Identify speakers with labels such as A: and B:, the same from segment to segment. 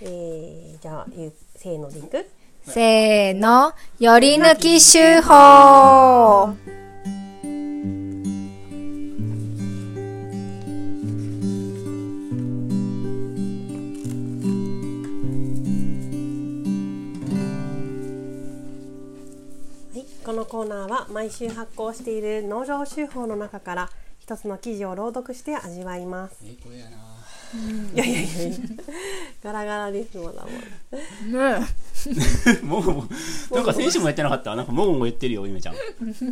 A: えー、じゃあ、ゆせーのでいく
B: せーの、より抜き手法
A: はい、このコーナーは毎週発行している農場手法の中から一つの記事を朗読して味わいます。
C: えこれやない
A: やいやいやいや、ガラガラですまだまだ。
B: ね
C: もごもごなんか先週もやってなかったなんかもごもご言ってるよゆめちゃん
A: 美味し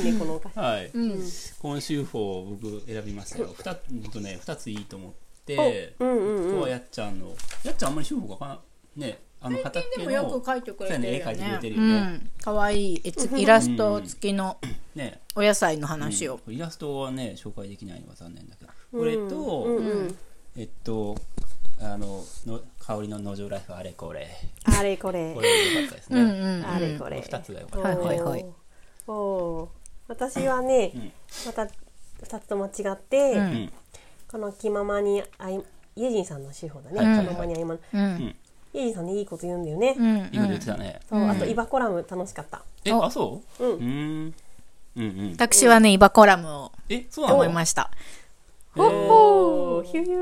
A: いねこのお菓子。
C: はい、
B: ん
C: 今週法を僕選びましたよ2つ,、うんとね、2ついいと思って
A: おうんうんうん
C: 1個はやっちゃんのやっちゃんあんまり週法がかなねあの畑
D: で
C: の
D: もよく描いてくれ
C: そう
D: てるよ
C: やね絵描いてくれて
D: ね。
C: る
B: う
C: よね,、
B: ん。かわいい絵付きイラスト付きの
C: ね
B: お野菜の
C: うん
B: 話を。
C: イラストはね紹介できないのが残念だけどこれと、
A: うんうん。
C: えっとあのの香りの農場ライフあれこれ
A: あれこれ
C: こ。れ良かったですね、
B: うんうん。
A: あれこれ。
C: 2つが良か
A: お
C: っ
A: ー
C: た、
B: はいはいはい。
A: おおー。私はね、
C: ん
A: また二つと間違って、
B: うん
C: うん
A: この気ままにあいイエジンさんの手法だね。
C: はいはいはい
A: 気ままにあいま。
B: う
C: うん
B: ん。
A: イエジンさんねいいこと言うんだよね。
B: うん。
C: いいこと言ってたね、
A: そうあとイバコラム楽しかった。
C: えあそう
A: うん
C: うーんうんうん
B: 私はね、イバコラムを
C: えそうなの
B: 思いました。
C: へー
A: ほーヒューヒュ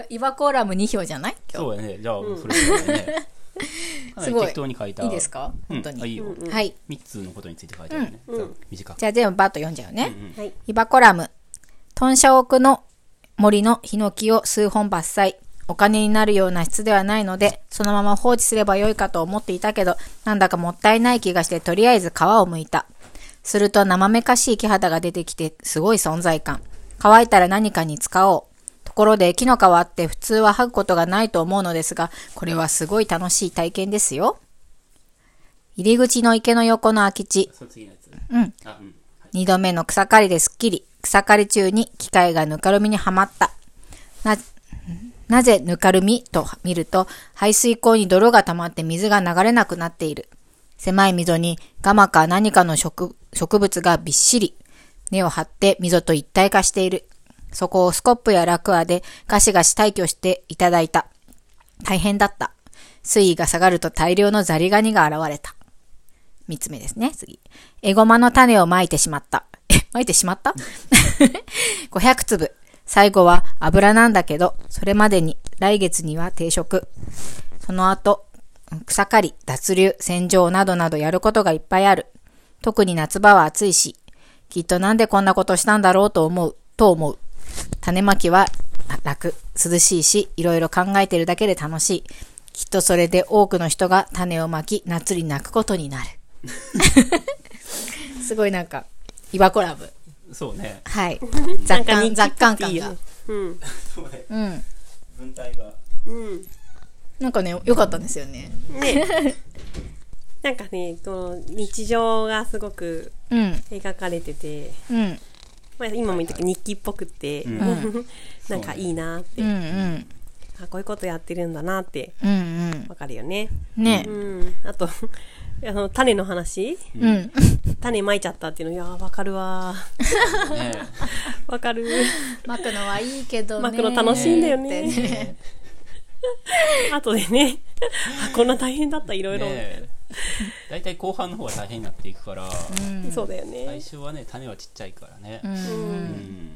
A: ー。
B: イバコラム2票じゃない今
C: そうやね。じゃあ、それか らね。かな
B: す
C: り
B: ごい
C: 適当に書いた。
B: 日。いいですか
C: うん
B: 本当
C: あい
B: に。
C: いよ。
B: はい。
C: 3つのことについて書いてあるね。短く。
B: じゃあ全部バッと読んじゃうね。
A: はい。
B: イバコラム。豚舎奥の森のヒノキを数本伐採。お金になるような質ではないので、そのまま放置すればよいかと思っていたけど、なんだかもったいない気がして、とりあえず皮を剥いた。すると生めかしい木肌が出てきて、すごい存在感。乾いたら何かに使おう。ところで、木の皮って普通は剥ぐことがないと思うのですが、これはすごい楽しい体験ですよ。入り口の池の横の空き地。
C: その次のやつ。
B: うん。
C: あ、うん。
B: 二度目の草刈りですっきり。草刈り中に機械がぬかるみにはまった。な、なぜぬかるみと見ると、排水溝に泥が溜まって水が流れなくなっている。狭い溝にガマか何かの植植物がびっしり。根を張って溝と一体化している。そこをスコップやラクアでガシガシ退去していただいた。大変だった。水位が下がると大量のザリガニが現れた。三つ目ですね、次。エゴマの種をまいてしまった。え、まいてしまった ?500 粒。最後は油なんだけど、それまでに来月には定食。その後、草刈り、脱流、洗浄などなどやることがいっぱいある。特に夏場は暑いし、きっとなんでこんなことしたんだろうと思う、と思う。種まきは楽、涼しいし、いろいろ考えてるだけで楽しい。きっとそれで多くの人が種をまき、夏に泣くことになる。すごいなんか、イバコラム。
C: そうね。
B: はい。雑感、雑感感が。
A: うん。
C: そうね。
B: うん。
C: 文体が。
A: うん。
B: なんかね、良かったんですよね。
A: ね。 なんかね、この日常がすごく
B: うん。
A: 描かれてて、
B: うん。
A: まあ、今も言ったけど日記っぽくって、
C: ん
A: なんかいいなって、
B: うんうん。
A: あこういうことやってるんだなって
B: うん
A: わかるよね。
B: うん。ね
A: う。ん、あと あの種の話
B: うん。
A: 種まいちゃったっていうのいやーわかるわ
C: ね
A: ーわかる
B: 巻くのはいいけどね。
A: 巻くの楽しいんだよ ね
B: ってね
C: ね
A: あとでね あこんな大変だったいろいろ、
C: ね大体後半の方が大変になっていくから、
A: そうだよね
C: 最初はね、種はちっちゃいからね。
A: うん
C: うん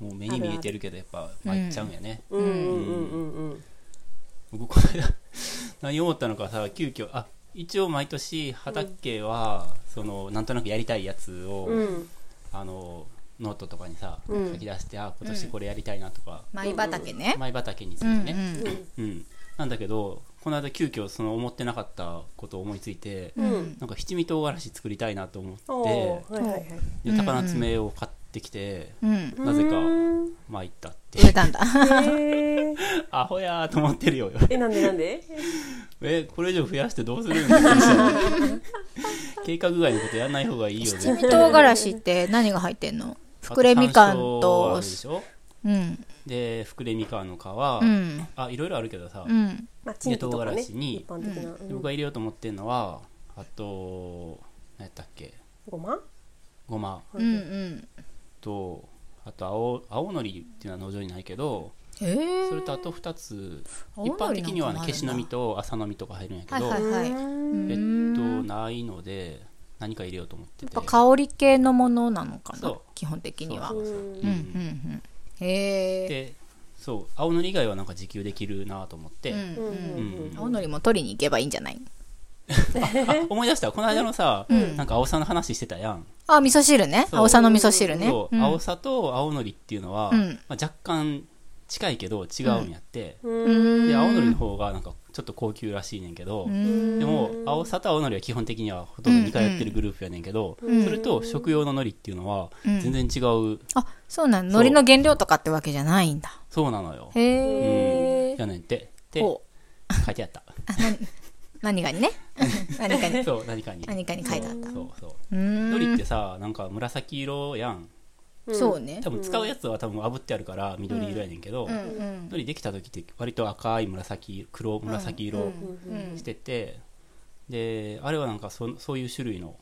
C: もう目に見えてるけど、やっぱ、参っちゃうんやね。
A: うんうんうんうんうん
C: 僕この間 何思ったのかさ急遽あ一応毎年畑は、そのなんとなくやりたいやつを、
A: うん
C: あのノートとかにさ、
A: うん
C: 書き出してあ今年これやりたいなとか、
B: 舞畑ね。
C: 前畑について
B: うん
C: ね、うんなんだけどこの間急遽その思ってなかったことを思いついて、
B: うん。うん。
C: なんか七味唐辛子作りたいなと思
A: お
C: っ
A: ーはいはいはい
C: てで高菜爪を買ってきて、
B: うん。
C: なぜ
A: う
C: か
A: ん
C: まいたって
B: 植えたんだ。
A: へー
C: アホやーと思ってるよ
A: えなんでなんで
C: えこれ以上増やしてどうするんだよ計画外のことやらない方がいいよね
B: 七味唐辛子って何が入ってんの膨れみかん
C: あ
B: と
C: 山椒あるで、しょ
B: うん。
C: で膨れみかんの皮、
B: うん。
C: あいろいろあるけどさ、
B: うん。
A: まあ、チンキとかね
C: 唐辛子に
A: 一般的な、うん
C: 僕が入れようと思ってるのはあと何やったっけ
A: ごま
C: ごま
B: うんうん。
C: とあと青青のりっていうのは農場にないけど
B: へえ
C: それとあと2つ
B: 青の
C: 一
B: りなんか
C: 般的にはね
B: もあるんだ
C: 消しの実と浅の実とか入るんやけど、
B: はいはい
A: うん
C: えっと
B: うん
C: ないので何か入れようと思って
B: やってぱ香り系のものなのか
C: そ
B: な
C: う
B: 基本的には
C: そうそうそう
A: うん
B: う
C: う
B: う
C: ん
B: ん
C: ん
B: うんへえ
C: でそう青のり以外はなんか自給できるなと思って、
B: うんう
A: うん
C: ん
B: 青のりも取りに行けばいいんじゃない
C: あ思い出したこの間のさ、
B: うん
C: なんか青さの話してたやん、
B: あ味噌汁ね
C: そう
B: 青さの味噌汁ね
C: そう
B: うん
C: 青さと青のりっていうのは、
B: うん
C: まあ、若干近いけど違うんやって、
A: う
B: うんん
C: で青のりの方がなんかちょっと高級らしいねんけど、
B: うん
C: でも青さと青のりは基本的にはほとんど似通ってるグループやねんけど、
B: うん
C: それと食用ののりっていうのは
B: うん
C: 全然違う、
B: あそうなん
C: そう
B: 海苔の原料とかってわけじゃないんだ
C: そうなのよ、
B: へえ
C: やねんってって
B: ほ
C: 書いてあった
B: 何かに ね何かに
C: そう何かに
B: 何かに書いてあった
C: そうそ
B: うー
C: う
B: ん
C: のりってさなんか紫色やん
B: そうね
C: 多分使うやつは多分炙ってあるから緑色やねんけど、
B: うんうん
C: のりできた時って割と赤い紫黒紫色してて、であれはなんかそそういう種類の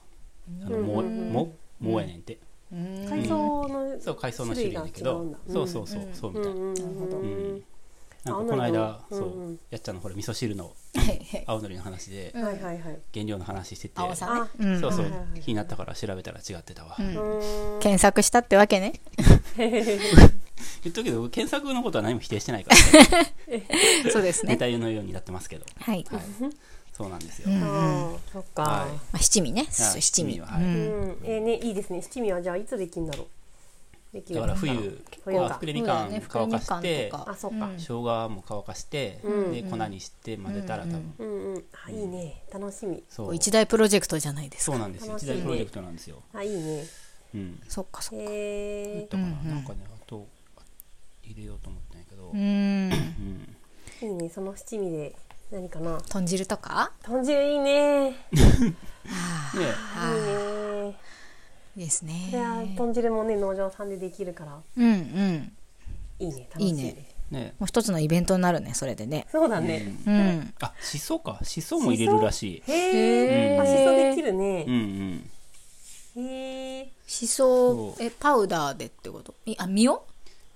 C: あの藻
A: うん
C: 藻藻やねんって、
B: うん
A: 海藻の
C: そう海藻の種類やねんけど、
A: 種類が違うんだ
C: そうそうそう、
B: うん
C: そうみ
A: う
C: たい、
A: んうんうん
C: うんなんかこの間、そう、やっちゃんのほら味噌汁の青のりの話で
A: はいはいはい
C: 原料の話してて、
B: 青さ
A: あ
B: ねん
C: そうそう、
A: はいはいはい
C: 気になったから調べたら違ってたわ、
B: う
A: うんん
B: 検索したってわけね
C: 言っとくけど検索のことは何も否定してないから、ね、
B: そうです
C: ネ
B: ね
C: タのようになってますけど、
B: はい
C: はい、そうなんですよ、
B: うん
A: あーそっか
C: はい
B: まあ七味ねそう七
C: 七味
B: 味
C: ははい
B: うん
A: うんえーねいいですね七味はじゃあいつできんだろうでき
C: だ
A: る
C: から冬
A: 冬
C: あ
A: か
C: 膨れみ
B: そうだ
C: か
B: よね
C: ん乾か
B: 膨
C: し
B: れみ
C: て、
B: かんとか
A: あそっか
B: うん
C: 生姜も乾かして、
A: うん
C: で粉にして混ぜたら多分、
B: うん
A: うんうんあいいね楽しみ
C: そう
B: 一大プロジェクトじゃないです
C: そう
B: か
C: なんですよ
A: 楽し
C: 一
A: みね
C: 大プロジェクトなんですよ、
A: あいいね
C: うん、
B: そっかそっか
A: へえ
C: だか
B: う
C: ら
B: ん
C: なんかねあと入れようと思ったんやけど、
B: うーん
C: うん
A: いいねその七味で何かな
B: 豚汁とか
A: 豚汁いいねいいね
C: ね
B: いいですね
A: いやー豚汁もね農場さんでできるから
B: うんうん
A: いいね楽しい
B: いい
A: ね
B: ね
C: ね
B: もう一つのイベントになるねそれでね
A: そうだね
B: うん
C: あしそかしそも入れるらし
A: へ
B: へー
A: えあしそできる
C: いうん
A: ね
C: うん
A: へえ
B: しそ
C: そう
B: えパウダーでってことみあ実を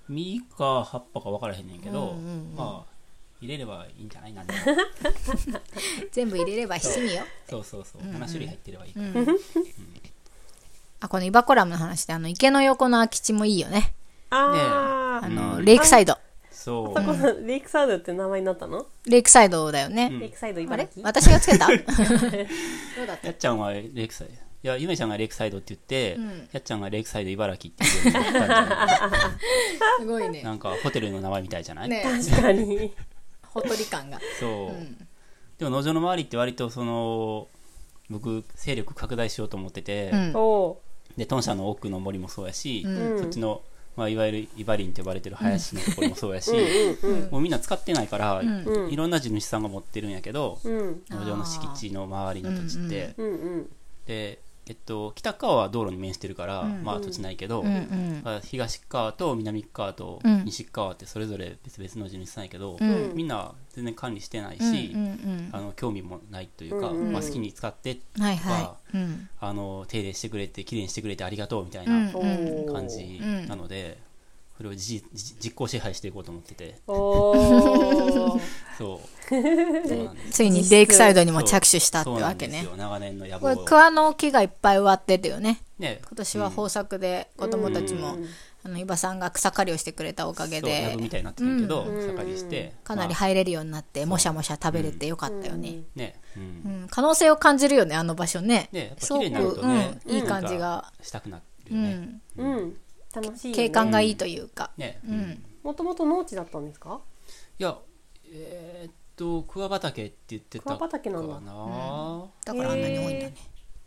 C: 実か葉っぱか分からへんねんけど、
B: うんうんうん
C: まあ入れればいいんじゃないなん でも
B: 全部入れれば七味よ
C: そうそうそう7種類入ってればいいから、
B: あこのイバコラムの話であの池の横の空き地もいいよね
A: あ
B: あ
A: ー
B: の
C: うん
B: レイクサイド
C: そう
A: そこのレイクサイドって名前になったの
B: レイクサイドだよ
C: うん
B: ね
A: レイクサイド
B: あ
A: 茨
B: れ
A: 城
B: 私がつ けたどうだった
C: やっちゃんはレイクサイドいやゆめちゃんがレイクサイドって言って、
B: うん
C: やっちゃんがレイクサイド茨城って言うようになったんじゃない
B: すごい
C: な
B: ね
C: んかホテルの名前みたいじゃない、
B: ね
A: 確かに
B: ほとり感が
C: そう、
B: ん
C: でも農場の周りって割とその僕勢力拡大しようと思ってて、
B: うん
A: お
C: で豚舎の奥の森もそうやし、
B: う
A: うんん
C: そっちの、まあ、いわゆるイバリンって呼ばれてる林のところもそうやし、
A: うんうん
C: もうみんな使ってないから、
B: ん
A: うん
C: いろんな地主さんが持ってるんやけど、
A: うん
C: 農場の敷地の周りの土地って、
A: うんうん
C: で、えっと、北側は道路に面してるから、
B: うん
C: まあ土地ないけど、
B: うんうん
C: あ東側と南側と
B: うん
C: 西側ってそれぞれ別々の地主さんやけど、
B: うん
C: みんな全然管理してないし、
B: うんうん
C: あの興味もないというか、
A: うん
C: まあ、好きに使って
B: うんはいはいうん
C: あの手入れしてくれて綺麗にしてくれてありがとうみたい
B: うん
C: な
A: おー
C: 感じなので、それをじじ実行支配していこうと思ってて
A: おー
C: そう そうなんです
B: ついにレイクサイドにも着手したって
C: そうな
B: わ
C: んで
B: け
C: す
B: ね
C: よ長年の野
B: こ
C: 望
B: れ
C: を
B: 桑の木がいっぱい植わってるよね
C: ね
B: 今年は豊作で子供たちも、
A: うん
B: あの伊庭さんが草刈りをしてくれたおかげ
C: そうや
B: で
C: ぶみたいになってるけど、
A: うん
C: 盛りして
B: かなり
C: まあ
B: 入れるようになってもしゃもしゃ食べれてよかったよね、
C: ね、うん
B: うん可能性を感じるよねあの場所ね
C: ねやっぱ
B: す
C: 綺
B: ごく、
C: 麗になるとね、
B: うん、いい感じが、
C: したくなって
B: う
C: るよね、
B: ん、
A: うん楽しいよね
B: 景観がいいというか、
C: ね、
B: うん
C: うんい
A: もともと農地だったんですか
C: やえーっと桑畑って言ってた
A: 桑畑なんだ
C: かな
B: だからあんなに多いんだね、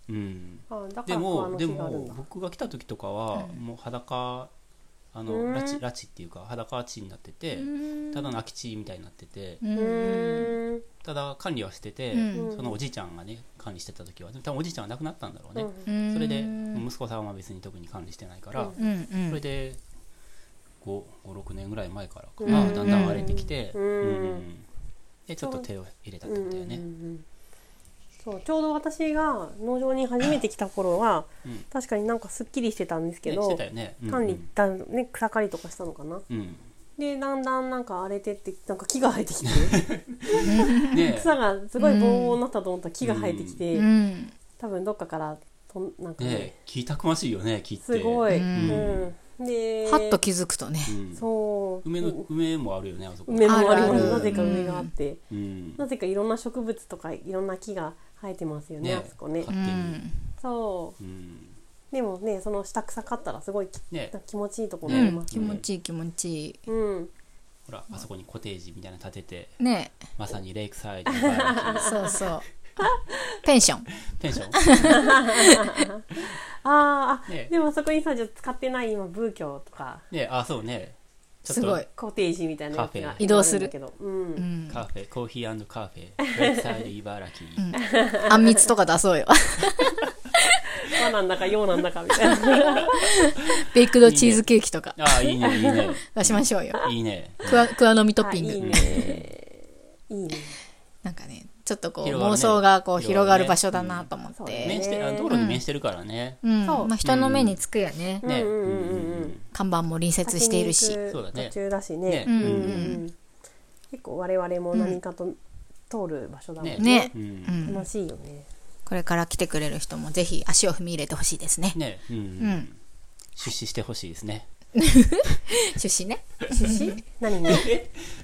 C: うん
A: あだか
C: で
A: ら桑
C: も
A: の
C: で
A: 木があるん
C: も
A: だ
C: 僕が来た時とかは、もう裸あの、
A: うん
C: 拉致拉致っていうか裸地になってて、ただの空き地みたいになってて、
B: うん
A: うーん
C: ただ管理はしてて、
B: うん
C: そのおじいちゃんがね管理してた時はでも多分おじいちゃんが亡くなったんだろうね、
B: うん
C: それで
B: うん
C: 息子さんは別に特に管理してないから、
B: うんうん
C: それで56年ぐらい前からかな、だんだん荒れてきて、
A: うん
C: でちょっと手を入れたってことだよね、
A: うんうんうんうんそうちょうど私が農場に初めて来た頃は、
C: うん
A: 確かになんかすっきりしてたんですけ
C: ねし
A: ど、
C: てたよね、うん
A: 管理だ、ね、草刈りとかしたのかな
C: うん
A: でだんだんなんか荒れてってなんか木が生えてきて
C: ね
A: 草がすごい棒になったと思ったら木が生えてきて、
B: うん。
A: 多分どっかからとんなんか
C: え
A: ね
C: ねえ聞いたくましいよね聞いて
A: すごい、
B: う
A: うんんで
B: はっと気づくとね
C: う。ん
A: そう
C: 梅の梅もあるよねあそこ
A: 梅もあり
B: あ
A: ま
B: るあ
A: す
B: る
A: なぜか梅があって、
C: うん
A: なぜかいろんな植物とかいろんな木が生えてますよね
C: ね
A: あそこね
B: う
C: 勝手に
B: ん。
A: そ
C: うん
A: うでもねその下草刈ったらすごいき
C: ね
A: なんか気持ちいいとこ
B: う
A: になり
B: ん
A: ま。す
B: 気
A: よ
B: 持
A: ね、
B: ちいい気持ちい
A: うん
C: ほらあそこにコテージみたいなの建てて
B: い。ね
C: まさにレイクサイドのバーベ
B: そうそう。 ペンション。
C: キュー ペンション
A: あーあ、
C: ねえ
A: でもそこにさじゃあ使ってない今ブーキョとか
C: ねえあそうねちょっ
B: す
C: と
B: ごい。
A: コテージみたいなやつ
C: カフ
A: が
C: ェ
B: 移動する
A: あんだけど、うん
B: うん。
C: カフェコーヒーカ フェレイクサイド茨城、
B: あんみつとか出そう よ。
A: 和なんだか洋なんだかみたいな
B: ベイクドチーズケーキとか
C: ああいいねい いね
B: 出しましょうよ。
C: いいね
B: クワ、クワの実トッ
A: あ
B: ピ
A: い
B: ン
A: い
B: グ。
A: ねいいね
B: なんかね、ちょっとこう、
C: 広がるね
B: 妄想がこう広がる
C: 広がるね
B: 場所だなと思っ
A: うんそうだ
B: て
A: ね。
C: 面してあの道路に面してるからね、
B: うん。
A: そう
B: まあ人の目につくやね。
A: うん
C: ね
A: うんうんうんうん
B: 看板も隣接しているし。
A: 先に
C: そ
A: 行
C: うだ
A: く
C: ね
A: 途中だし
C: ね
A: ね
B: ん
A: うんうん
B: う
A: うん結構我々も何かと通る場所だもんね
B: ね
C: う。ん
B: うん。
A: 楽しいよね
B: これから来てくれる人もぜひ足を踏み入れてほしいですね。
C: ねうん、
B: うん。
C: 出資してほしいですね
B: 出資ね。
A: 出資何に
C: い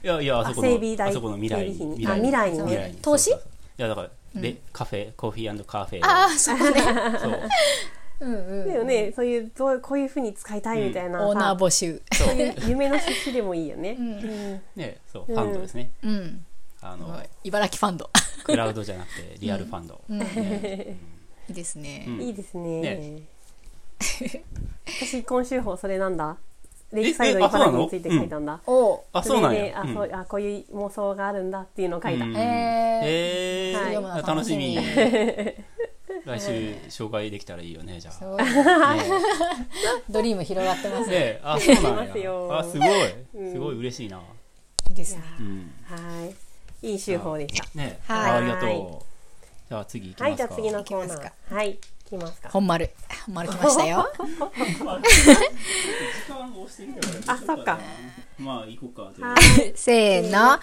C: やいやあそこ
A: 整備
C: の
A: 代
C: あそこの未来
A: 整備
C: に
A: 費あ未来にね
B: 投資
C: そうそうそういやだからでカフェコーヒーカフェ
B: ああ、そこね。
C: そう
B: うんうん。
A: だよねそういうどうこういう風に使いたいみたいな
B: オーナー
A: さ
B: 募集。
C: そうね
A: 夢の出資でもいいよねうん
C: そうファンドですね、
B: うん。
C: あの
B: 茨城ファンド。
C: クラウドじゃなくてリアルファンド、 ね
B: いいです
C: う
B: ね。
C: ん
A: いいですね
C: ね。
A: 私今週報それなんだ。レイクサイド茨城について書いたんだ。
B: おう。
C: あそうなん
A: れで
C: や、
A: あ、
C: うん
A: そう、あ、こういう妄想があるんだっていうのを書いた。
C: うん
B: えー
A: はい
B: 読むの
C: 楽しみ
B: 楽し み
C: 来週紹介できたらいいよねじゃ
B: す
C: あ
B: ごいね
C: ね
B: ドリーム広がってますね。
C: ねあそうなん
A: ありますよ
C: やあすごいすごい嬉しいな、
B: いいですね。
C: うん、
A: はい。いい週報でした。
C: ね
B: はい
C: あありがとうじゃあ次行きますか
A: はい、じゃあ次のコーナ
B: 行きま
A: ー
B: す。
A: はい、行きますか。
B: 本丸。本丸来ましたよ。
C: 時間を押してみたから
A: あ、そっか。
C: まあ行こうか
A: はい。
B: せーの。